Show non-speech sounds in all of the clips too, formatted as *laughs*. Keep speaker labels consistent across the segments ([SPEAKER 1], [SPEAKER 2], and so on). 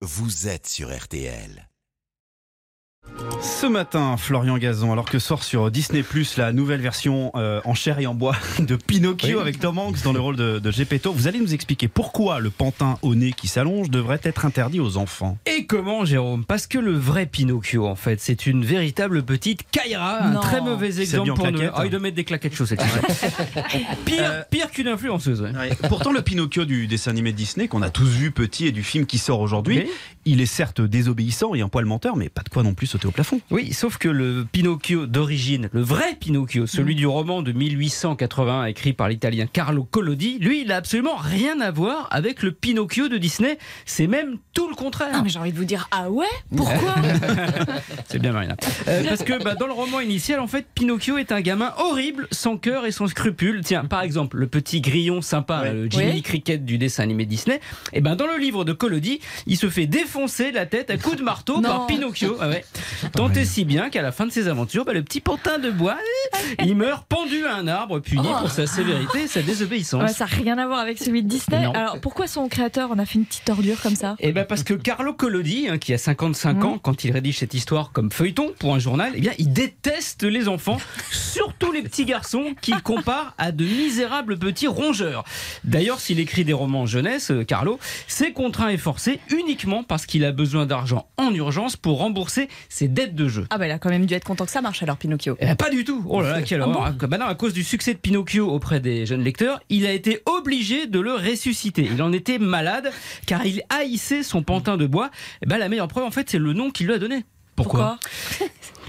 [SPEAKER 1] Vous êtes sur RTL.
[SPEAKER 2] Ce matin, Florian Gazon, alors que sort sur Disney Plus la nouvelle version euh, en chair et en bois *laughs* de Pinocchio
[SPEAKER 3] Oui.
[SPEAKER 2] avec Tom Hanks dans le rôle de, de Gepetto, vous allez nous expliquer pourquoi le pantin au nez qui s'allonge devrait être interdit aux enfants.
[SPEAKER 3] Et comment, Jérôme Parce que le vrai Pinocchio, en fait, c'est une véritable petite Kaira. Un
[SPEAKER 4] Non.
[SPEAKER 3] très mauvais exemple
[SPEAKER 2] bien en
[SPEAKER 3] pour nous.
[SPEAKER 2] claquettes,
[SPEAKER 3] Ah,
[SPEAKER 2] hein.
[SPEAKER 3] il doit mettre des claquettes chaussettes.
[SPEAKER 2] *laughs*
[SPEAKER 3] pire
[SPEAKER 2] Euh,
[SPEAKER 3] pire qu'une influenceuse. ouais.
[SPEAKER 2] *laughs* Pourtant, le Pinocchio du dessin animé de Disney, qu'on a tous vu petit et du film qui sort aujourd'hui,
[SPEAKER 3] Oui.
[SPEAKER 2] il est certes désobéissant et un poil menteur, mais pas de quoi non plus sauter au plafond.
[SPEAKER 3] Oui, sauf que le Pinocchio d'origine, le vrai Pinocchio, celui
[SPEAKER 2] Mm.
[SPEAKER 3] du roman de 1881 écrit par l'italien Carlo Collodi, lui, il a absolument rien à voir avec le Pinocchio de Disney. C'est même tout le contraire.
[SPEAKER 4] Ah, mais j'ai envie de vous dire, ah ouais Pourquoi
[SPEAKER 3] C'est bien Marina. Euh, parce que bah, dans le roman initial, en fait, Pinocchio est un gamin horrible, sans cœur et sans scrupules. Tiens, par exemple, le petit grillon sympa,
[SPEAKER 2] Ouais.
[SPEAKER 3] le Jimmy
[SPEAKER 4] Oui.
[SPEAKER 3] Cricket du dessin animé Disney. Et ben dans le livre de Collodi, il se fait défoncer la tête à coups de marteau
[SPEAKER 4] Non.
[SPEAKER 3] par Pinocchio. Ah ouais. Tant et si bien qu'à la fin de ses aventures, bah, le petit pantin de bois, il meurt pendu à un arbre, puni
[SPEAKER 4] Oh.
[SPEAKER 3] pour sa sévérité et sa désobéissance.
[SPEAKER 4] Ouais, Ça n'a rien à voir avec celui de Disney.
[SPEAKER 3] Non.
[SPEAKER 4] Alors pourquoi son créateur en a fait une petite tordure comme ça
[SPEAKER 3] Eh ben parce que Carlo Collodi, hein, qui a 55
[SPEAKER 4] Mhm.
[SPEAKER 3] ans, quand il rédige cette histoire comme feuilleton pour un journal, eh bien, il déteste les enfants, surtout les petits garçons qu'il compare à de misérables petits rongeurs. D'ailleurs, s'il écrit des romans jeunesse, euh, Carlo, c'est contraint et forcé uniquement parce qu'il a besoin d'argent en urgence pour rembourser ses dettes de jeu.
[SPEAKER 4] Ah bah il a quand même dû être content que ça marche alors Pinocchio.
[SPEAKER 3] Eh ben, pas du tout. Oh là là, quelle
[SPEAKER 4] Ah
[SPEAKER 3] horreur. Bah non, à cause du succès de Pinocchio auprès des jeunes lecteurs, il a été obligé de le ressusciter. Il en était malade car il haïssait son pantin de bois. Eh ben, la meilleure preuve, en fait, c'est le nom qu'il lui a donné.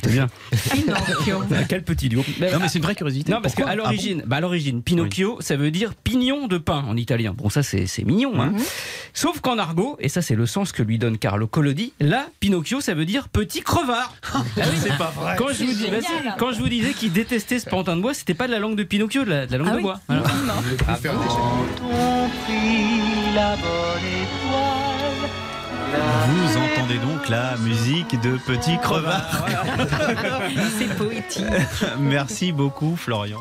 [SPEAKER 3] C'est bien. Ben,
[SPEAKER 4] Pinocchio.
[SPEAKER 3] Quel petit duo.
[SPEAKER 5] Non, mais c'est une vraie curiosité.
[SPEAKER 3] Euh,
[SPEAKER 5] Ah
[SPEAKER 3] Non, parce qu'à l'origine, bah, à l'origine, Pinocchio, ça veut dire pignon de pain en italien. Bon, ça, c'est c'est mignon. Hein. Sauf qu'en argot, et ça, c'est le sens que lui donne Carlo Collodi, là, Pinocchio, ça veut dire petit *laughs* crevard. Ah c'est pas vrai. Quand je vous, dis-
[SPEAKER 4] Génial.
[SPEAKER 3] bah, si, quand je vous disais qu'il détestait ce pantin de bois, c'était pas de la langue de Pinocchio, de la, de la langue
[SPEAKER 4] Ah
[SPEAKER 3] de
[SPEAKER 4] oui.
[SPEAKER 3] bois. Voilà.
[SPEAKER 2] Ah Vous entendez donc la musique de
[SPEAKER 3] *laughs*
[SPEAKER 2] Petit Crevard.
[SPEAKER 4] C'est poétique.
[SPEAKER 2] Merci beaucoup, Florian.